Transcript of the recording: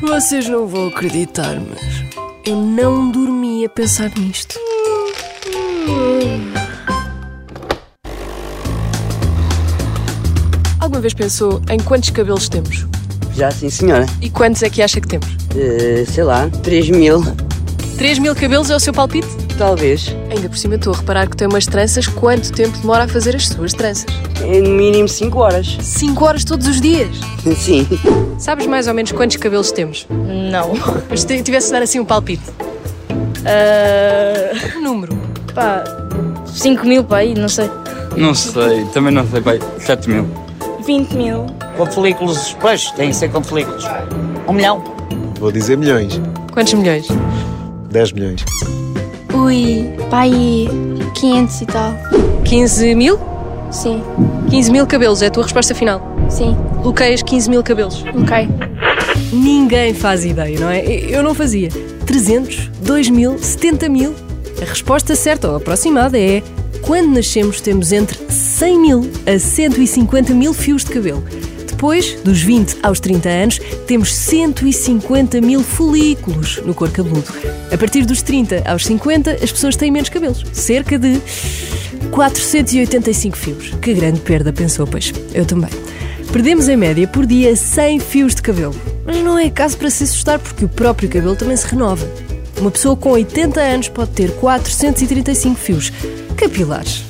Vocês não vão acreditar, mas eu não dormi a pensar nisto. Alguma vez pensou em quantos cabelos temos? Já sim, senhora. E quantos é que acha que temos? Eh, sei lá, 3 mil, 3 mil cabelos é o seu palpite? talvez. Ainda por cima estou a reparar que tem umas tranças. Quanto tempo demora a fazer as suas tranças? Eh, No mínimo 5 horas. 5 horas todos os dias! Sim. Sabes mais ou menos quantos cabelos temos? Não. Mas se tivesse de dar assim um palpite, Ah, um número. pá, 5 mil para aí, não sei. Não sei, também não sei, pai. 7 mil. 20 mil. Com folículos os peixes, têm que ser com folículos. Um milhão. Vou dizer milhões. Quantos milhões? 10 milhões. Ui, pai, 500 e tal. 15 mil? Sim, 15 mil cabelos é a tua resposta final. sim, Bloqueias 15 mil cabelos. ok. Ninguém faz ideia, não é? Eu não fazia. 300, 2 mil, 70 mil. A resposta certa ou aproximada é: quando nascemos, temos entre 100 mil a 150 mil fios de cabelo. Depois, dos 20 aos 30 anos, temos 150 mil folículos no couro cabeludo. A partir dos 30 aos 50, as pessoas têm menos cabelos, cerca de 485 fios. Que grande perda, pensou, pois. Eu também. Perdemos em média por dia 100 fios de cabelo. Mas não é caso para se assustar porque o próprio cabelo também se renova. Uma pessoa com 80 anos pode ter 435 fios capilares.